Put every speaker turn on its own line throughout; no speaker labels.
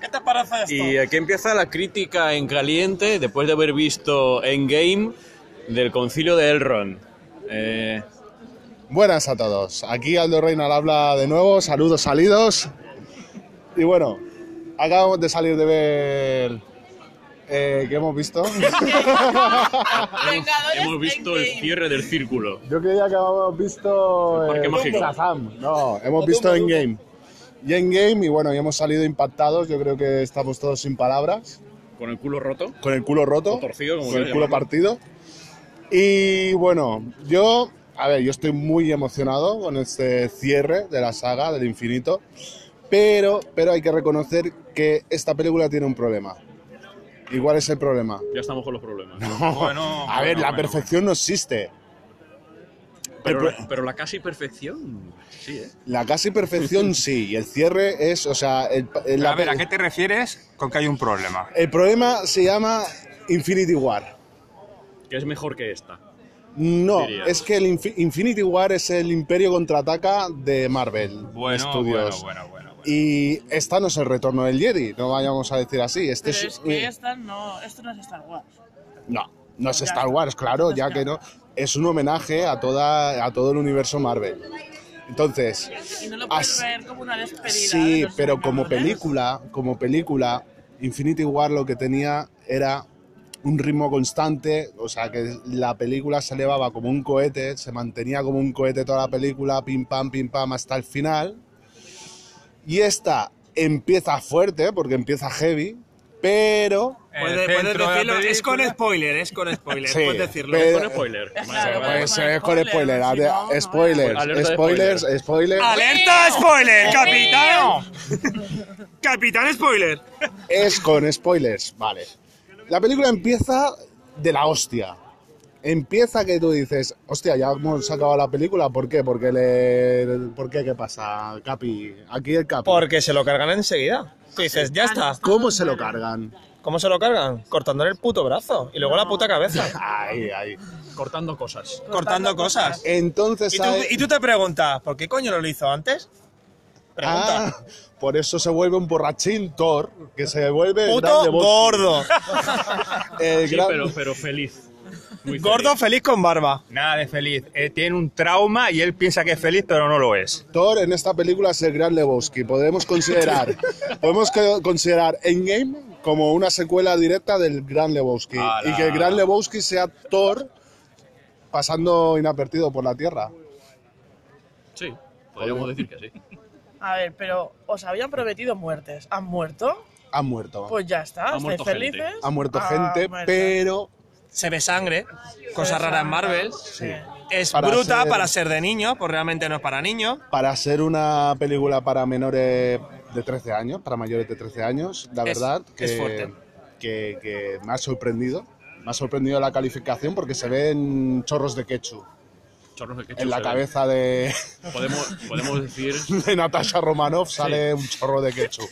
¿Qué te parece esto?
Y aquí empieza la crítica en caliente después de haber visto Endgame del concilio de Elrond. Eh,
Buenas a todos. Aquí Aldo Reina al habla de nuevo. Saludos salidos. Y bueno, acabamos de salir de ver. Eh, ¿Qué hemos visto?
Vengadores
hemos visto el
Endgame.
cierre del círculo.
Yo creía que habíamos visto. eh,
El Parque Mágico.
Shazam. No, hemos visto Endgame. Y Endgame, y bueno, y hemos salido impactados. Yo creo que estamos todos sin palabras.
Con el culo roto.
Con el culo roto.
O torcido, como
Con el
quieras
culo
llamarlo.
partido. Y bueno, yo. A ver, yo estoy muy emocionado con este cierre de la saga del infinito. Pero, pero hay que reconocer que esta película tiene un problema. ¿Y cuál es el problema?
Ya estamos con los problemas.
Bueno,
a ver,
bueno,
la
bueno,
perfección no existe.
Pero,
El pro-
pero la casi perfección. Sí, ¿eh?
La casi perfección sí, y el cierre es, o sea, el, pa- el- la-
A ver, ¿a qué te refieres con que hay un problema?
el problema se llama Infinity War.
Que es mejor que esta.
No,
Dirías.
es que el Infi- Infinity War es el imperio contraataca de Marvel
Bueno,
Studios.
bueno, bueno, bueno, bueno.
Y esta no es el retorno del Jedi, no vayamos a decir así. Este
Pero
es,
es que esta no, esto no es Star Wars.
No, no es
Ya,
Star Wars, claro,
no,
ya
ya.
que no. Es un homenaje a, toda, a todo el universo Marvel. Entonces,
Y no lo puedes
Así-
ver como una despedida. de
Sí,
los
pero como
Vengadores.
película, como película, Infinity War lo que tenía era un ritmo constante, o sea que la película se elevaba como un cohete, se mantenía como un cohete toda la película, pim pam, pim pam, hasta el final. Y esta empieza fuerte, porque empieza heavy, pero...
Puedes,
El
puedes
centro de la
decirlo, es con
película-
spoiler, es con spoiler,
Sí,
puedes decirlo.
pero-
Con spoiler.
Claro,
Vale, vale.
bueno.
Pues eh, con spoiler,
spoilers,
a
si
ver,
no, no.
spoilers,
Alerta de
spoilers, spoilers.
¡Alerta spoiler, capitán! ¡Capitán spoiler!
Es con spoilers, vale. La película empieza de la hostia. Empieza que tú dices, hostia, ya hemos acabado la película, ¿por qué? Porque le... ¿Por qué? ¿Qué pasa? Capi, aquí el Capi.
Porque se lo cargan enseguida. Tú dices, ya está.
¿Cómo se lo cargan?
¿Cómo se lo cargan? Cortándole el puto brazo y luego la puta cabeza.
Ahí, ahí.
Cortando cosas.
Cortando cosas.
Entonces
Y tú,
hay-
y tú te preguntas, ¿por qué coño lo hizo antes? Pregunta.
Ah, por eso se vuelve un borrachín Thor, que se vuelve el
Puto
grande Bosque.
gordo.
El
Sí,
gran-
pero, pero feliz. Muy feliz.
Gordo feliz con barba.
Nada de feliz. Eh, tiene un trauma y él piensa que es feliz, pero no lo es.
Thor en esta película es el Gran Lebowski. Podemos considerar, podemos co- considerar Endgame como una secuela directa del Gran Lebowski.
Ala.
Y que el Gran Lebowski sea Thor pasando inadvertido por la Tierra.
Sí, podríamos decir que sí.
A ver, pero os habían prometido muertes. ¿Han muerto?
Ha muerto.
Pues ya está,
Ha
estáis
muerto
felices.
gente.
ha muerto
Ah,
gente,
muerto.
pero
Se ve sangre, cosa rara en Marvel.
Sí.
Es
Para
bruta
ser-
para ser de niño, pues realmente no es para niño.
para ser una película para menores de 13 años, para mayores de 13 años, la
Es-
verdad que,
es fuerte.
que, que me ha sorprendido. Me ha sorprendido la calificación porque se ven chorros de ketchup
Chorros de ketchup
en la
se ven.
cabeza de,
Podemos, podemos decir.
de Natasha Romanoff sale un chorro de ketchup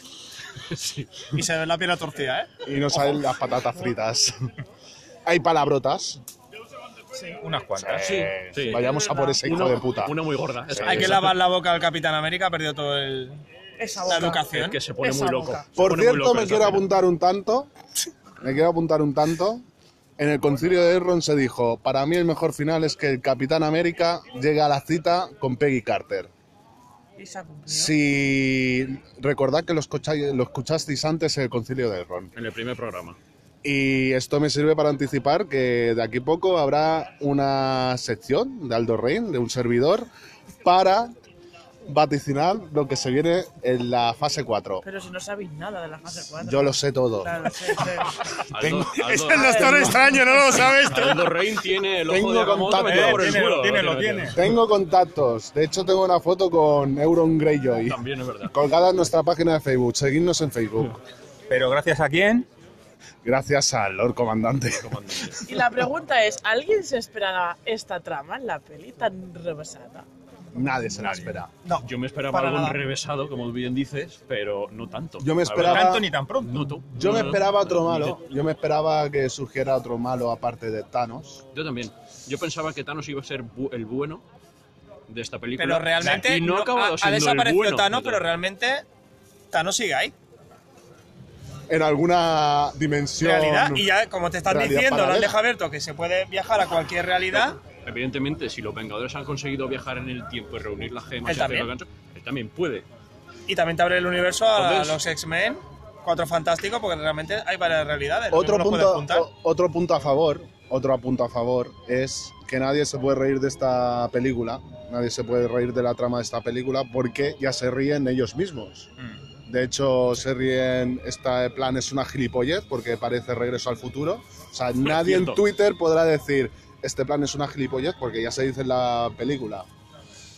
Y se ve la piel torcida, ¿eh?
y no salen las patatas fritas. Hay palabrotas.
Unas cuantas.
Sí, sí.
Vayamos a por ese hijo de puta.
Una muy gorda. esa
Hay que
es.
lavar la boca al Capitán América, ha perdido todo el...
Esa
La
boca.
Es
educación.
que se pone
Esa
muy loco.
boca.
Se
Por
pone muy
cierto,
loco
me
esa
quiero
escena.
apuntar un tanto. Me quiero apuntar un tanto. En el concilio de Elrond se dijo, para mí el mejor final es que el Capitán América llega a la cita con Peggy Carter.
Y se ha cumplido.
Si recordad que lo, escucháis- lo escuchasteis antes en el concilio de Elrond.
En el primer programa.
Y esto me sirve para anticipar que de aquí a poco habrá una sección de Aldo Rein, de un servidor, para vaticinar lo que se viene en la fase 4.
Pero si no sabéis nada de la fase 4.
Yo lo sé todo.
Claro, sí, sí.
Aldo,
Es
Aldo,
el doctor extraño, no lo sabes tú.
Aldo Rein tiene el ojo
Tengo
de Agamotto
contacto.
metido por el
Tiene,
culo.
lo tiene, lo tiene.
Tengo contactos. De hecho, tengo una foto con Euron Greyjoy
También es verdad.
colgada en nuestra página de Facebook. Seguidnos en Facebook.
Pero gracias a quién?
Gracias al Lord Comandante.
Y la pregunta es, ¿alguien se esperaba esta trama en la peli tan rebasada?
Nadie se la espera.
No.
Yo me esperaba
Para
algo
nada.
enrevesado, como bien dices, pero no tanto.
Yo me
La
esperaba-
verdad.
Tanto ni tan pronto.
No tú.
Yo me
No, no,
esperaba otro
no,
malo. Yo me esperaba que surgiera otro malo aparte de Thanos.
Yo también. Yo pensaba que Thanos iba a ser bu- el bueno de esta película.
Pero realmente
Y no ha acabado
ha, ha
siendo el
desaparecido
bueno.
Thanos, pero realmente Thanos sigue ahí.
en alguna dimensión.
Realidad. Y ya, como te están
Realidad
diciendo, lo han
paralela.
dejado abierto, que se puede viajar a cualquier realidad.
Evidentemente, si los Vengadores han conseguido viajar en el tiempo y reunir las gemas,
Él
y hacer
también.
los ganchos, él también puede.
Y también te abre el universo a
Entonces-
los X-Men, Cuatro Fantásticos, porque realmente hay varias realidades.
otro
Los puedes
punto,
juntar.
o- otro punto a favor, otro punto a favor es que nadie se puede reír de esta película, nadie se puede reír de la trama de esta película porque ya se ríen ellos mismos. De hecho, se ríen, este plan es una gilipollez porque parece regreso al futuro. O sea, nadie en
cierto.
Twitter podrá decir, este plan es una gilipollez porque ya se dice en la película.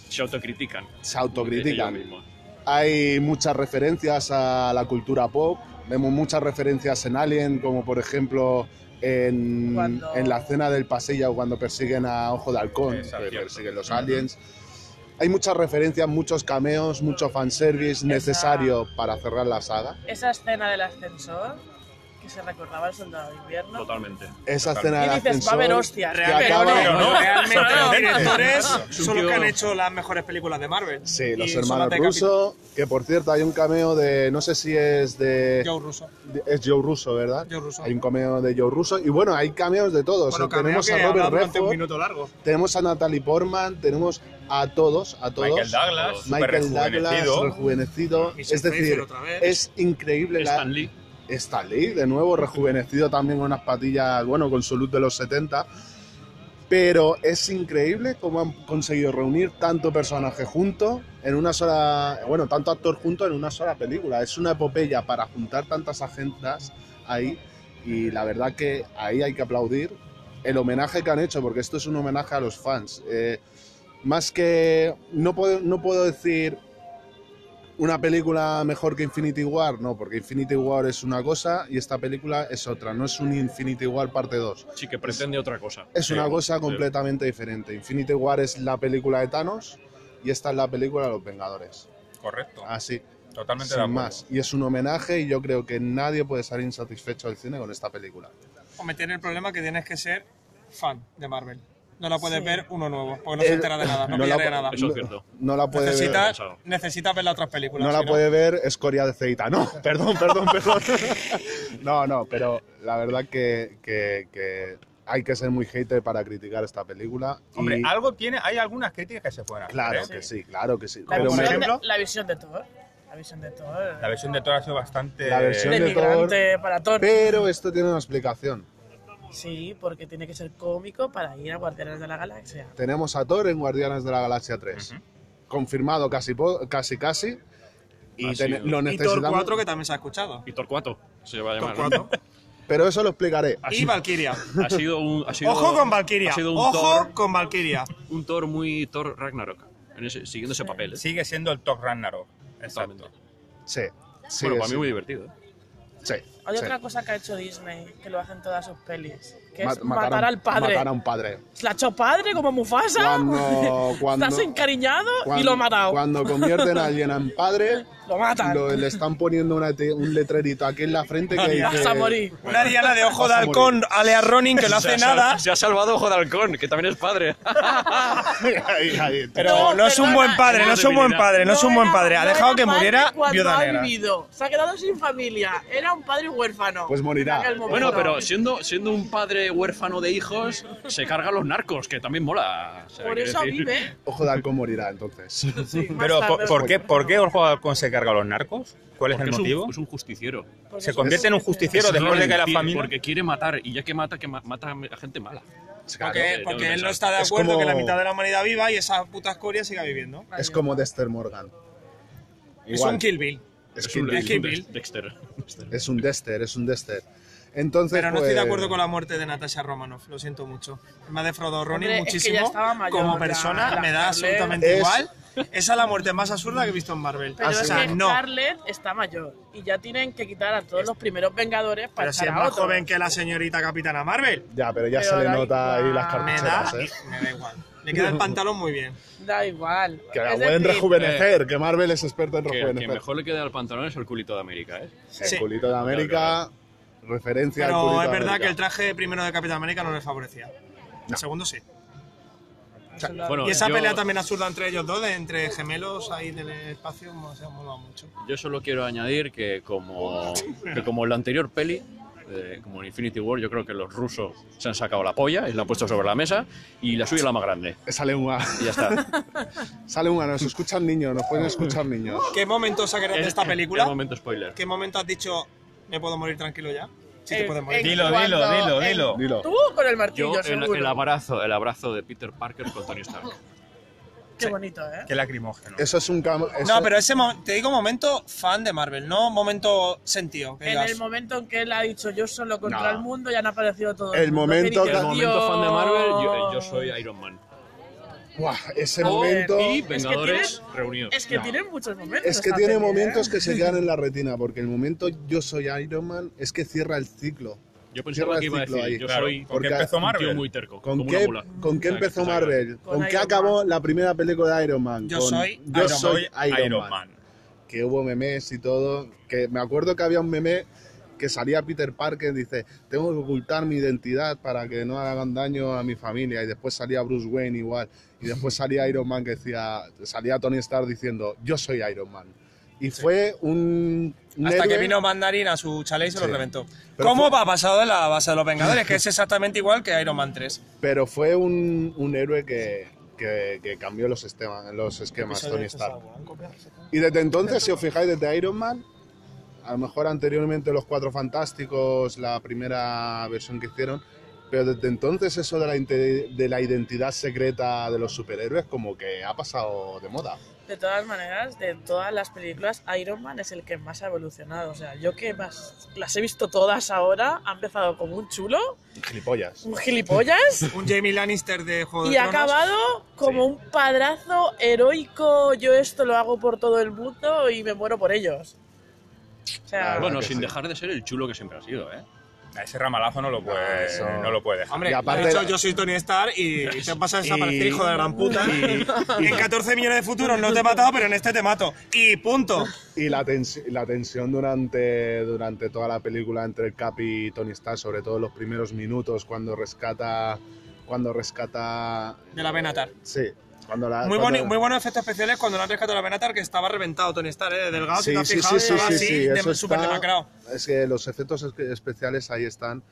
Se autocritican.
Se autocritican.
Ellos mismos.
Hay muchas referencias a la cultura pop. Vemos muchas referencias en Alien, como por ejemplo en,
Cuando-
en la escena del pasillo cuando persiguen a Ojo de Halcón,
Exacto.
que persiguen los aliens. Hay muchas referencias, muchos cameos, mucho fanservice necesario para cerrar la saga.
Esa escena del ascensor que se recordaba al soldado de invierno.
Totalmente.
Esa escena
Y
del
dices, va a
ascensor.
haber hostias.
que
Realmente,
acaba-
pero no, realmente los
Sorprendente.
directores
un
son los que
tío-
han hecho las mejores películas de Marvel.
Sí, los
Y son las
hermanos
de
Russo, que por cierto hay un cameo de, no sé si es de...
Capitán- Joe Russo.
De- Es Joe Russo, ¿verdad?
Joe Russo.
Hay un cameo de Joe Russo. Y bueno, hay cameos de todos.
Bueno,
O sea,
cameo
tenemos
que
a
habla
Robert
durante un
Redford,
minuto largo.
tenemos a Natalie Portman, tenemos a todos, a todos.
Michael Douglas,
Michael
súper rejuvenecido.
Douglas, rejuvenecido.
Michelle
Es decir,
Pfeiffer otra vez.
es increíble la...
Stan Lee.
Stan Lee, de nuevo, rejuvenecido también con unas patillas, bueno, con su luz de los 70. Pero es increíble cómo han conseguido reunir tanto personaje junto en una sola. Bueno, tanto actor junto en una sola película. Es una epopeya para juntar tantas agendas ahí. Y la verdad que ahí hay que aplaudir el homenaje que han hecho, porque esto es un homenaje a los fans. Eh, más que. No puedo, no puedo decir una película mejor que Infinity War, no, porque Infinity War es una cosa y esta película es otra, no es un Infinity War parte 2.
Sí, que pretende otra cosa.
Es una
Sí,
cosa
sí.
completamente diferente. Infinity War es la película de Thanos y esta es la película de los Vengadores.
Correcto.
Así,
Totalmente de
sin
acuerdo.
más. Y es un homenaje y yo creo que nadie puede salir insatisfecho del cine con esta película.
Hombre, tiene el problema que tienes que ser fan de Marvel. No la puedes
Sí.
ver uno nuevo, porque no se
Eh,
entera de nada, no,
no la
pilla
pu-
de nada.
Eso es cierto.
No la puede ver.
Necesitas
Pensado.
necesitas ver las otras películas.
No
si
la puede ver Escoria de Ceita. No, perdón, perdón, perdón. No, no, pero la verdad que, que- que hay que ser muy hater para criticar esta película. y-
Hombre, algo tiene, hay algunas críticas que se pueden hacer.
Claro
¿eh?
que sí, claro que sí.
La,
Pero
por
visión
me-
ejemplo-
de, la visión de Thor. La visión de Thor.
La versión de Thor ha sido bastante.
La versión de-
denigrante para Thor.
pero esto tiene una explicación.
Sí, porque tiene que ser cómico para ir a Guardianes de la Galaxia.
Tenemos a Thor en Guardianes de la Galaxia 3. Confirmado casi po- casi casi. Y
Así
ten-
es.
lo
no. Y Thor
necesitamos.
4, que también se ha escuchado.
Y Torcuato se va a
Thor
llamar.
4.
Pero eso lo explicaré.
y Valkyria.
Ha sido un. Ha sido,
Ojo con
Ha
Valkyria.
sido un,
Ojo
Thor,
con Valkyria.
un Thor muy Thor Ragnarok. en ese- siguiendo ese papel. ¿eh?
Sigue siendo el Thor Ragnarok. Exacto.
Totalmente.
Sí. sí,
bueno, para
sí,
mí muy divertido. ¿eh?
sí,
Hay
sí.
otra cosa que ha hecho Disney, que lo hacen todas sus pelis, que
Ma-
es matar, al padre.
Matar a un padre.
¿Se la ha hecho padre como Mufasa?
Cuando- cuando-
Estás encariñado y
Cuan-
lo ha matado.
Cuando convierten a alguien en padre,
Lo matan.
lo- le están poniendo una te- un letrerito aquí en la frente que dice...
Vas a morir.
Una Diana de ojo de
Vas a morir.
halcón, Alea Ronin, que no hace
Se ha sal-
nada.
Se ha salvado Ojo de Halcón, que también es padre.
Ahí, ahí.
Pero
No,
no, es un
perdona,
buen padre, no es un buen padre, no es un buen
era-
padre. Ha
no
dejado
era
que
padre
muriera
cuando
viuda
ha
negra.
vivido. Se ha quedado sin familia. Era un padre huérfano.
Pues morirá.
En aquel momento.
Bueno, pero siendo, siendo un padre huérfano de hijos, se carga a los narcos, que también mola. O sea,
Por
quiero
eso
decir-
vive.
Ojo de halcón morirá, entonces.
Sí, más
Pero,
tarde
¿por,
o
por qué,
más
¿por qué
temprano.
el juego de halcón se carga a los narcos? ¿Cuál es
Porque
el
es un-
motivo?
Es un justiciero.
Porque
Se
es
convierte en un justiciero
Eso
después
no
de que la
entiendo,
familia.
Porque quiere matar, y ya que mata, que ma- mata a gente mala.
Claro.
Porque,
Claro,
porque
tengo que
él no
pensar.
está de
Es
acuerdo
como-
que la mitad de la humanidad viva y esa puta escoria siga viviendo.
Es como Dexter Morgan.
Es
Igual.
un Kill Bill.
Es,
Es
Kill
un,
Bill.
es un
Kill Bill.
Dexter.
Es un Dexter, es un Dexter. Entonces,
Pero no estoy de
pues,
acuerdo con la muerte de Natasha Romanoff, lo siento mucho. Me ha defraudado Ronnie
Hombre, es que
muchísimo.
ya estaba mayor,
Como
ya,
persona
la
me da
Scarlett.
absolutamente
Es-
igual. Esa es la muerte más absurda que he visto en Marvel.
Pero
Ah,
o
es
sí.
sea,
que
no.
Scarlett está mayor y ya tienen que quitar a todos los primeros Vengadores para
Pero si
echar
es
a
más
otro.
joven que la señorita Capitana Marvel.
Ya, pero ya
Pero
se le
da
nota ahí
igual.
las
Me da,
cartucheras, ¿eh?
me da igual. Le queda el pantalón muy bien.
Da igual.
Que la
Es
pueden
decir,
rejuvenecer, que Marvel es experta en
Que, que
rejuvenecer.
mejor le queda al pantalón es el culito de América, ¿eh?
El
Sí.
culito de América, referencia al
Pero
culito
es
de
verdad
América.
que el traje primero de Capitán América no le favorecía. El segundo sí.
Eso lo-
Bueno,
y esa
yo-
pelea también absurda entre ellos dos, de entre gemelos ahí del espacio, me ha molado mucho.
Yo solo quiero añadir que como, que como la anterior peli, eh, como en Infinity War, yo creo que los rusos se han sacado la polla y la han puesto sobre la mesa y la suya es la más grande.
Esa lengua.
Y ya está.
Esa lengua, nos escuchan niños, nos pueden escuchar niños.
¿Qué momento sacarás de esta
Era-
película?
era momento spoiler.
¿Qué momento has dicho, me puedo morir tranquilo ya? Sí, te
en-
puedes morir.
en
Dilo, dilo,
cuanto-
dilo,
en-
dilo.
Dilo.
Tú con el martillo,
Yo, el,
seguro.
el abrazo, el abrazo de Peter Parker con Tony Stark.
Qué bonito, ¿eh?
Qué lacrimógeno.
Eso es un cam- eso-
No, pero ese mo- te digo momento fan de Marvel, no momento sentido. que
En
digas,
el momento en que él ha dicho yo solo contra el mundo, ya han aparecido todos.
El momento
El
Dios.
momento fan de Marvel, yo, yo soy Iron Man.
Buah, ese
Oh,
momento.
Y
que
Vengadores
tiene-
reunidos.
Es que tienen muchos momentos.
Es que
esta
tiene
peli, ¿eh?
momentos que se quedan en la retina, porque el momento yo soy Iron Man es que cierra el ciclo.
Yo
Cierra
pensaba
el
que iba a
ciclo
decir,
ahí.
yo
Claro,
soy
porque
porque
empezó
un tío
Marvel.
muy terco,
¿Con
como
qué,
una mula.
¿Con qué
O sea,
empezó
que soy
Marvel?
Con
¿Con, qué
Iron
acabó la primera película de Iron Man?
Yo
Con
soy
Yo
Iron
soy Iron, Man.
Man.
Que hubo memes y todo. Que me acuerdo que había un meme que salía Peter Parker dice tengo que ocultar mi identidad para que no hagan daño a mi familia y después salía Bruce Wayne igual y después salía Iron Man que decía salía Tony Stark diciendo yo soy Iron Man y fue un, un
Hasta que
héroe-
vino Mandarin a su chalet y se lo reventó.
Pero
¿Cómo
fue-
va pasado en la base de los Vengadores? Que es exactamente igual que Iron Man 3.
Pero fue un, un héroe que, que- que cambió los, esquemas los esquemas, Tony Stark. Y desde entonces, si os fijáis, desde Iron Man, a lo mejor anteriormente Los Cuatro Fantásticos, la primera versión que hicieron, pero desde entonces eso de la, inte- de la identidad secreta de los superhéroes como que ha pasado de moda.
De todas maneras, de todas las películas, Iron Man es el que más ha evolucionado. O sea, yo que más las he visto todas ahora, ha empezado como un chulo,
Gilipollas.
un gilipollas,
Un Jamie Lannister de Juego de
y ha
Tronos.
acabado como un padrazo heroico. Yo esto lo hago por todo el mundo y me muero por ellos. O sea,
Claro.
Bueno,
que
sin
sí.
dejar de ser el chulo que siempre ha sido, ¿eh?
A ese ramalazo no lo puede,
eso-
no lo puede dejar.
Hombre,
Y aparte-
de hecho, yo soy Tony Stark y te vas a desaparecer,
Y-
hijo de la gran puta. Y, en 14 millones de futuros no te he matado, pero en este te mato. Y punto.
Y la, tens- la tensión durante, durante toda la película entre el Cap y Tony Stark, sobre todo en los primeros minutos, cuando rescata... Cuando rescata...
De la Benatar.
Sí. Cuando la,
Muy,
cuando-
boni- muy buenos efectos especiales cuando lo han rescatado la Benatar, que estaba reventado Tony Stark, ¿eh? delgado, si
Sí,
te has
sí,
fijado,
sí, sí,
estaba
sí,
así,
sí,
de-
eso
súper
está-
demacrado.
Es que los efectos es- especiales ahí están.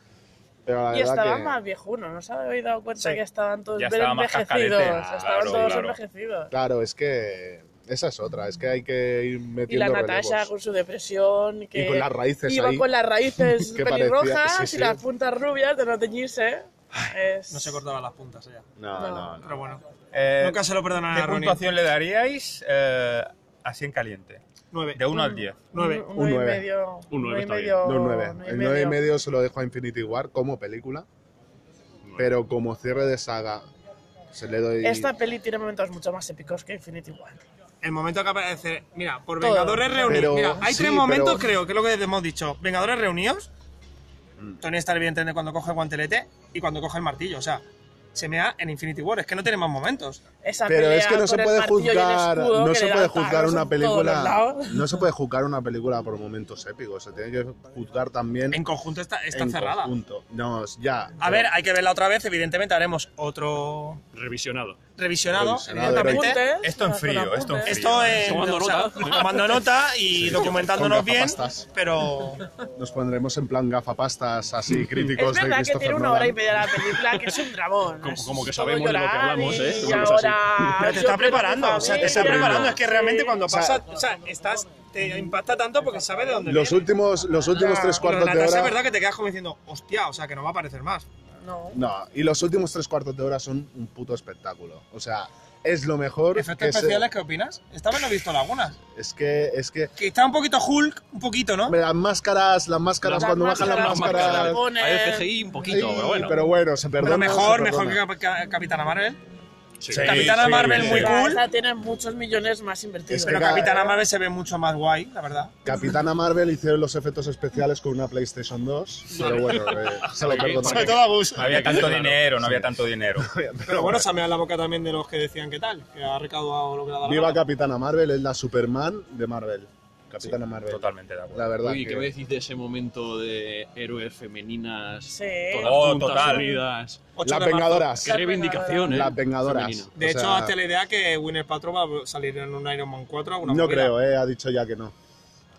Pero la
y
verdad
estaba
que
más viejuno, ¿no os habéis dado cuenta
Sí.
que estaban todos
Ya
bien
estaba más
envejecidos?
cascadete.
estaban
Claro,
todos
claro.
envejecidos.
claro, es que esa es otra, es que hay que ir
Y
metiendo
la Natasha
relevos.
con su depresión. Que
Y con las raíces
Iba
ahí.
con las raíces
Que parecía-
pelirrojas
sí, sí.
y las puntas rubias de no teñirse. Es-
No se cortaban las puntas allá.
No, Ah, no, no.
Pero bueno,
Eh,
nunca se lo perdonarán
¿Qué
a Ronnie.
puntuación le daríais eh, así en caliente?
Nueve.
De 1 al 10.
Nueve.
Un
Un
9 y
nueve.
medio.
Un nueve
nueve y
está bien.
medio-
No, nueve.
nueve y
El 9 y
medio.
medio se lo dejo a Infinity War como película, pero como cierre de saga se le doy
Esta peli tiene momentos mucho más épicos que Infinity War.
El momento que aparece. Mira, por
Todo.
Vengadores reunidos.
Pero-
Mira, hay
sí,
tres momentos,
pero-
creo, que es lo que hemos dicho. Vengadores reunidos.
Mm.
Tony Stark, evidentemente, cuando coge el guantelete y cuando coge el martillo. O sea, se mea en Infinity War. Es que no tiene más momentos.
Esa
pero
pelea
es que no
con
se
el
puede
martillo y el
juzgar
escudo
no
que
se
le
puede
dan
juzgar
palos
una
en todos los
película
lados.
no se puede juzgar una película por momentos épicos se tiene que juzgar también
En conjunto está, está
en
cerrada.
conjunto. no ya
A ver, hay que verla otra vez. Evidentemente, haremos otro
Revisionado.
revisionado.
Revisionado,
evidentemente.
Apuntes,
Esto en frío,
con
esto en
apuntes.
frío.
Esto es.
Tomando
o sea,
nota.
tomando nota y documentándonos
Con
bien.
gafapastas.
Pero.
Nos pondremos en plan gafapastas así
Es
críticos de
verdad que
Christopher
tiene una
Nolan.
hora y media la película, que es un dramón.
Como-
es
como que
todo
sabemos de lo que
llorar
hablamos, ¿eh?
Y
Somos así.
ahora.
Pero te
yo
está
pierdo mi
preparando, o sea, te está
familia,
preparando. Es que realmente
sí.
cuando
sea,
pasa, o sea, estás, te impacta tanto porque sabes de dónde
Los
viene.
últimos, los últimos
Ah,
tres
Lo
cuartos
de
de
Natasha
hora.
es verdad que te quedas como diciendo, hostia, o sea, que no va a aparecer más.
No.
No, y los últimos tres cuartos de hora son un puto espectáculo. O sea, es lo mejor.
Efectos
que se-
especiales, ¿qué opinas? Esta vez no he visto lagunas.
Es que, es que.
Que está un poquito Hulk, un poquito, ¿no?
Hombre, Las máscaras, las máscaras,
Las
cuando bajan las
máscaras,
máscaras.
las máscaras. Pones-
Hay el CGI un poquito,
Sí,
pero bueno.
pero bueno, se
Pero
perdona.
mejor,
se
mejor que
perdona.
Cap- Cap- Capitana Marvel.
Sí,
Capitana Marvel, muy
O
cool.
sea, Esta tiene muchos millones más invertidos.
Es que
Pero
Venga,
Capitana
eh.
Marvel se ve mucho más guay, la verdad.
Capitana Marvel hicieron los efectos especiales con una PlayStation 2. Pero bueno, eh, se lo
Oye,
perdono.
porque-
todo a Gus.
No había tanto dinero, no había tanto dinero.
Pero bueno, se me da la boca también de los que decían que tal, que ha recaudado lo que le ha dado. la
Viva
gana.
Capitana Marvel, es la Superman de Marvel. Capitana Marvel.
Totalmente de acuerdo.
La verdad.
Uy, ¿qué
que-
me decís de ese momento de héroes femeninas?
Sí.
Todas
Oh,
juntas,
total.
unidas.
Ocho
Las
de marzo.
Vengadoras.
Qué reivindicación, ¿eh?
Las Vengadoras.
Femenina.
De
O
hecho,
sea,
hasta la idea que Winner Paltrow va a salir en un Iron Man 4 alguna
No
movida.
creo, eh, ha dicho ya que no.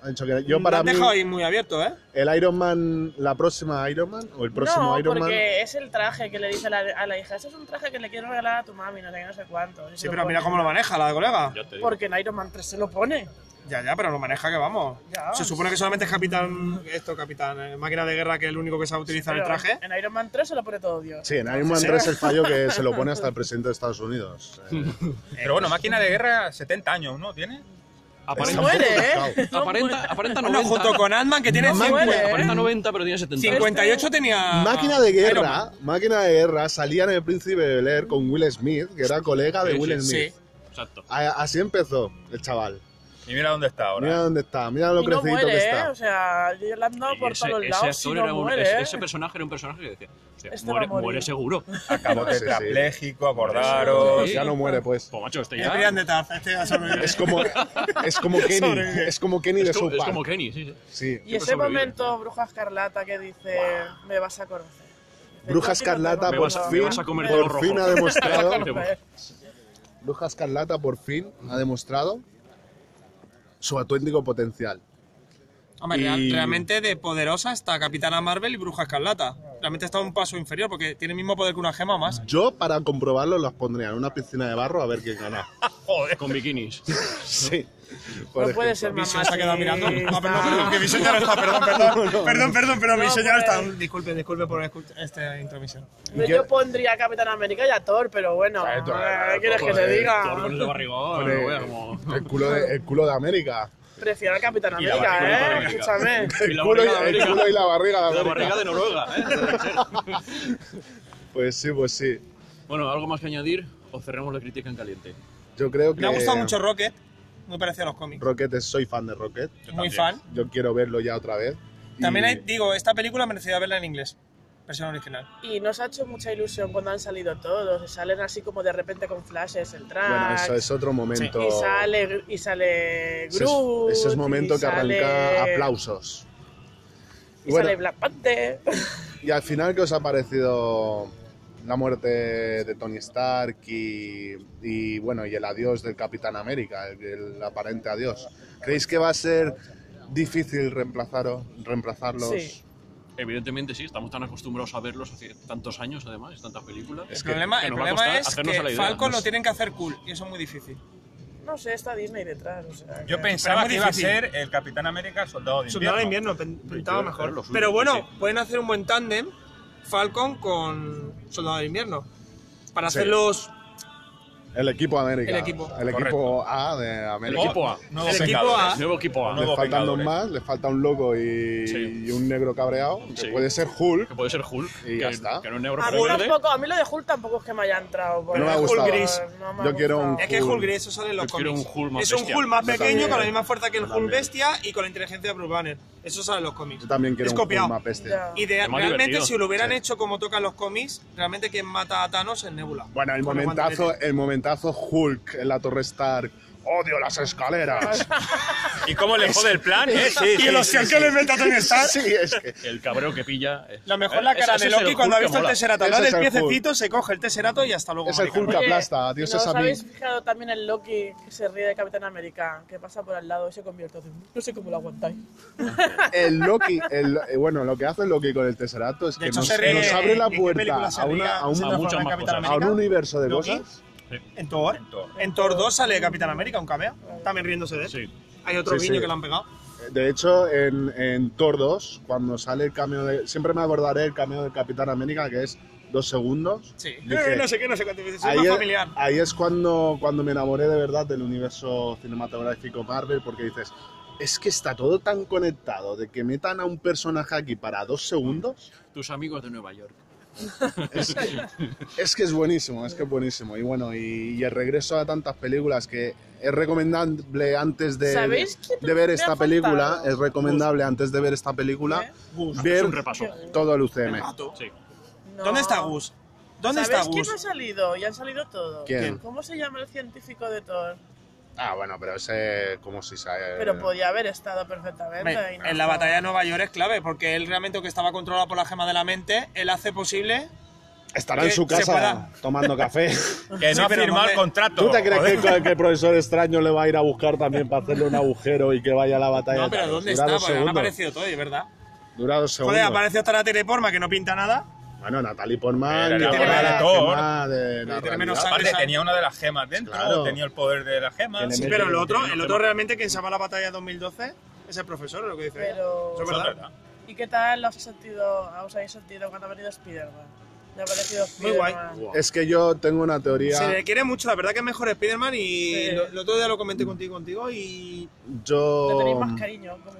Ha dicho que no. Yo
Me
para
han
mí,
dejado ahí muy abierto, ¿eh?
el Iron Man, la próxima Iron Man o el próximo
no,
Iron Man.
porque es el traje que le dice a la, a la hija, ese es un traje que le quiero regalar a tu mami, no sé qué, no sé cuánto. Y se
Sí,
lo
pero
pone.
mira cómo lo maneja la colega.
Ya te digo.
Porque en Iron Man 3 se lo pone.
Ya, ya, pero lo maneja que vamos.
Ya.
Se supone que solamente es capitán, esto, capitán, eh, máquina de guerra, que es el único que sabe utilizar el
Pero
traje.
En Iron Man 3 se lo pone todo Dios.
Sí, en Iron Man 3 el fallo que se lo pone hasta el presidente de Estados Unidos. Eh,
Pero bueno, máquina de guerra, 70 años, ¿no? ¿Tiene?
Aparenta,
Muere,
Claro.
¿eh?
aparenta, aparenta
Bueno,
90.
junto con Ant-Man, que tiene
No me muere,
cincu-
¿eh?
aparenta 90, pero tiene 70.
58, tenía.
Máquina de
Iron
guerra,
Man.
máquina de guerra, salía en el príncipe de Bel Air con Will Smith, que era colega de
Sí,
Will
sí,
Smith.
Sí.
Exacto.
A- Así empezó el chaval.
Y mira dónde está ahora.
Mira dónde está, mira lo
Y no
crecidito
muere,
que
¿eh?
está.
O sea, yo le han dado por
ese,
todos
ese
lados.
actor
si no
era un-
muere,
ese-
¿eh?
ese personaje era un personaje que decía, hostia,
Este va
muere,
a morir.
muere seguro. Pues,
Acabó
Sí, sí.
tetrapléjico, acordaros.
Sí.
Ya no muere, pues.
Pues macho, este
El
ya...
Brian de Taz, este ya sobrevive.
Es como, es como Kenny, es como Kenny de
es, como,
South
es como
Park.
Kenny, sí, sí.
Sí.
Y ese
sobrevive.
momento, Bruja Escarlata, que dice, me vas a conocer. Dice,
Bruja
"No, tío, no te
Escarlata
Me
por
vas a- me
fin,
vas a comer todo
por
rojo.
fin ha
vas a
demostrado,
conocer".
Bruja Escarlata por fin ha demostrado su auténtico potencial.
Hombre,
Y-
real- realmente de poderosa está Capitana Marvel y Bruja Escarlata. Realmente está un paso inferior porque tiene el mismo poder que una gema o más.
Yo, para comprobarlo, los pondría en una piscina de barro a ver quién gana.
Con bikinis.
Sí. por
No puede
ejemplo.
ser más
Vision se ha quedado mirando. Ah, perdón, perdón, que
machista.
Vision ya no está, perdón, perdón. Perdón, perdón, pero
No,
Vision ya no está.
pues.
Disculpe, disculpe por escuch- este esta intromisión.
Yo pondría a Capitán América y a Thor, pero bueno,
Claro, Thor,
¿qué quieres que
Thor,
te
Todo con ese
diga?
barrigón,
Hombre,
güey, como...
Eh, El culo, de, el culo de América.
Prefiero a Capitán
Y la
América, ¿eh?
barriga de Capitán
Escúchame.
Y
El
la
culo, y,
barriga de
el
América.
culo y la barriga de
La barriga
América.
de Noruega, ¿eh? Debe ser.
Pues sí, pues sí.
Bueno, ¿algo más que añadir o cerramos la crítica en caliente?
Yo creo que.
Me ha
Eh,
gustado mucho Rocket, muy parecido a los cómics.
Rocket, es- soy fan de Rocket.
Muy fan.
Yo quiero verlo ya otra vez. Y-
También hay, digo, esta película merecía verla en inglés, versión original.
Y nos ha hecho mucha ilusión cuando han salido todos. y Salen así como de repente con flashes el track.
Bueno, eso es otro momento.
Y sale, y sale
Ese es-
Groot.
ese es momento
y
que arranca
sale-
aplausos.
Y
Bueno,
sale Black Panther.
y al final, ¿qué os ha parecido la muerte de Tony Stark y, y, bueno, y el adiós del Capitán América, el, el aparente adiós? ¿Creéis que va a ser difícil reemplazarlo, reemplazarlos?
Sí.
Evidentemente sí, estamos tan acostumbrados a verlos hace tantos años además, tantas películas.
El problema,
que
el
nos va a
problema
costar
es
hacernos a la
que
idea,
Falcon
¿no?
lo tienen que hacer cool y eso es muy difícil.
No sé, está Disney detrás. o sea,
Yo
que-
pensaba
muy
que iba a
difícil.
ser el Capitán América, soldado de invierno.
Soldado de invierno, pen- pintaba
yo creo lo
mejor.
suyo,
Pero
sí,
bueno,
sí.
pueden hacer un buen tándem Falcon con Soldado de invierno. Para
Sí.
hacerlos
El equipo América.
El equipo.
El equipo A de
El
América.
equipo A.
Oh, Nuevo
El
Vengadores.
equipo A.
Nuevo equipo A.
Nuevo-
Le
Nuevos
faltan dos
Vengadores.
más, le falta un loco y,
Sí.
y un negro cabreado, que
Sí.
puede ser Hulk.
Que puede ser Hulk.
Y
que,
ya está.
que no es negro,
A
pero
mí,
verde.
tampoco, a mí lo de Hulk tampoco es que me haya entrado. porque
No me ha
Hulk
gustado.
gris, no me ha
Yo quiero un
gustado.
Es que es
Hulk.
Hulk Gris, eso sale en los
Prefiero
cómics.
un Hulk más
es un
bestia.
Hulk más
Yo
pequeño, con la
también. eh,
misma fuerza que el
Yo
Hulk
también.
bestia y con la inteligencia de Bruce Banner. Eso sale en los cómics.
Yo también quiero
es
un
copiado.
Hulk más bestia.
Ya.
Y de,
Es más
realmente,
divertido.
si lo hubieran hecho como tocan los cómics, realmente quien mata a Thanos es Nebula.
Bueno, el
Con los
momentazo,
guanteletes.
el momentazo Hulk en la Torre Stark. Odio las escaleras.
¿Y cómo le jode el plan? eh? Sí, sí,
Y los
sí,
que
sí.
le mete a Tony Stark.
sí, es que
El cabreo que pilla. es-
Lo mejor la
eh,
cara
ese
de
es el
Loki cuando ha
Hulk
visto
que
el
mola.
teserato. Le
Ese
da
es
del
el Hulk.
piececito, se coge el teserato y hasta luego.
Es el
maricón.
Hulk.
Oye,
aplasta, adiós
¿no
es a
os
mí.
habéis fijado también en Loki que se ríe de Capitán América? Que pasa por al lado y se convierte en... No sé cómo lo aguantáis.
el Loki, el- eh, bueno, lo que hace Loki con el Tesseracto es
De
que
hecho,
nos,
se ríe.
nos abre la
¿En qué
puerta
película se
a, una-
ríe?
a un,
¿Se transforma
muchas
en
más
Capitán
cosas.
a un
América?
universo de
¿Loki?
cosas.
En Thor. En Thor 2 sale Capitán América, un cameo. También riéndose de él.
Sí.
Hay otro
Sí,
guiño
sí.
que le han pegado.
De hecho, en, en Thor 2, cuando sale el cameo de. Siempre me acordaré el cameo del Capitán América, que es dos segundos.
Sí.
Dice,
Eh, no sé qué, no sé cuánto. Es
ahí,
más
es-
familiar.
ahí es cuando, cuando me enamoré de verdad del universo cinematográfico Marvel, porque dices, es que está todo tan conectado de que metan a un personaje aquí para dos segundos.
Tus amigos de Nueva York.
Es, es que es buenísimo, es que es buenísimo. Y bueno, y, y el regreso a tantas películas que es recomendable antes de,
¿Sabéis qué
de ver
me ha
esta
faltado?
película, es recomendable antes de ver esta película,
¿Eh?
Es
ver
un repaso.
todo el UCM.
Gato.
Sí.
No.
¿Dónde está Gus? ¿Dónde está
¿Sabéis quién
Gus?
ha salido? Y han salido todos.
¿Quién?
¿Cómo se llama el científico de Thor?
Ah, bueno, pero ese como si sabe.
Pero podía haber estado perfectamente.
Hombre,
y no
en la
estaba.
batalla de Nueva York es clave, porque él realmente, aunque estaba controlado por la gema de la mente, él hace posible.
Estará en
que
su
se
casa
pueda-
tomando café.
Que
Sí,
no ha
pero
firmado
¿dónde-
el contrato.
¿Tú te crees
joder.
que, el- que el profesor extraño le va a ir a buscar también para hacerle un agujero y que vaya a la batalla?
No, pero ¿dónde está?
Dura dos
Porque han
segundos.
aparecido todo, y es verdad.
Dura dos segundos.
Joder, aparece hasta la teleforma que no pinta nada.
Bueno, Natalie Portman.
Era
yo
la
creo que era
buena
la
actor.
gema de la
Y tiene
realidad.
menos sangre.
Aparte, tenía una de las gemas dentro,
Claro.
tenía el poder de las
Que le
gemas.
Sí,
Sí,
mete-
pero el otro, el
no
otro
sé.
realmente quien salva la batalla de 2012 es el profesor, es lo que dice. ella.
Pero-
Eso es
Eso es
verdad.
verdad.
¿Y qué tal os, has sentido, os habéis sentido cuando ha venido Spider-Man? Me ha parecido
Muy guay.
Spider-Man.
Es que yo tengo una teoría.
Se le quiere mucho, la verdad que es mejor Spider-Man y
Sí.
lo- el otro día lo comenté contigo, contigo y
Le tenéis
Yo.
más cariño. como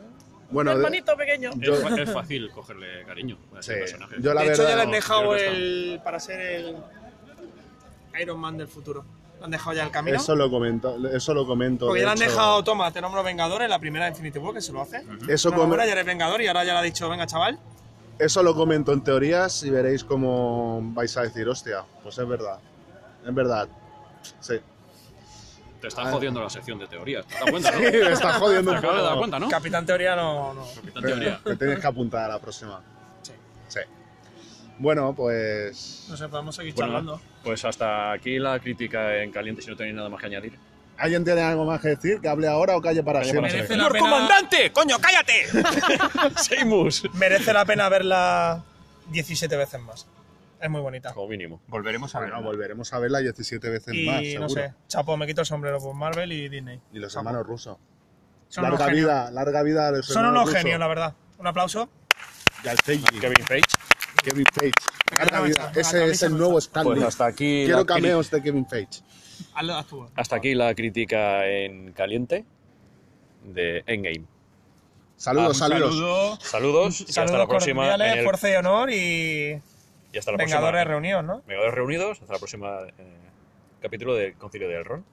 un
Bueno, de-
hermanito pequeño.
Yo-
Es, fa- es fácil cogerle cariño a
sí,
ese personaje.
yo la
de hecho ya le
verdad.
han
no,
dejado
creo que
el para ser el Iron Man del futuro. Lo han dejado ya el camino.
Eso lo comento. Eso lo comento.
Porque
de
ya le han
hecho.
dejado, toma, te nombro Vengador en la primera Infinity War que se lo hace.
Eso
Lo
come-
nombra, ya eres Vengador y ahora ya le ha dicho, venga chaval.
Eso lo comento en teorías y veréis cómo vais a decir, hostia, pues es verdad. Es verdad. Sí.
Te está jodiendo la sección de teorías. ¿Te das cuenta, no?
Ah. Sí, me está jodiendo
Te
un
acabas de dar
poco.
cuenta, ¿no?
Capitán Teoría no. no.
Capitán
Te
Teoría.
te tienes que apuntar a la próxima.
Sí.
Sí. Bueno, pues.
No sé, podemos seguir
Bueno,
charlando.
pues hasta aquí la crítica en caliente, si no tenéis nada más que añadir.
¿Alguien tiene algo más que decir? ¿Que hable ahora o calle para
Calle para
siempre?
siempre.
la
¡Señor comandante! ¡Coño, cállate!
¡Seimus!
merece la pena verla 17 veces más. Es muy bonita.
Como mínimo.
Volveremos a ver.
Bueno, volveremos a verla 17 veces
Y
más,
no
seguro.
sé, chapo, me quito el sombrero por Marvel y Disney.
Y los
Chapo.
hermanos rusos.
Son
larga
unos genios.
vida, larga vida a los
Son
hermanos
unos
rusos.
genios, la verdad. Un aplauso.
Y al Feige,
Kevin Page.
Kevin Feige. Larga
cabeza,
vida.
la
Ese es
cabeza
el
no
nuevo
Pues
escándalo.
hasta aquí
Quiero
la cri-
cameos de Kevin Feige.
Hazlo, haz tú.
Hasta aquí la crítica en caliente de Endgame.
Saludos,
Ah, un
saludos.
Saludo.
Saludos y hasta
Saludos
la próxima. en
cordiales,
el-
fuerza y honor y
y hasta la próxima.
Vengadores reunidos, ¿no?
Vengadores reunidos. Hasta la próxima eh, capítulo del Concilio de Elrond.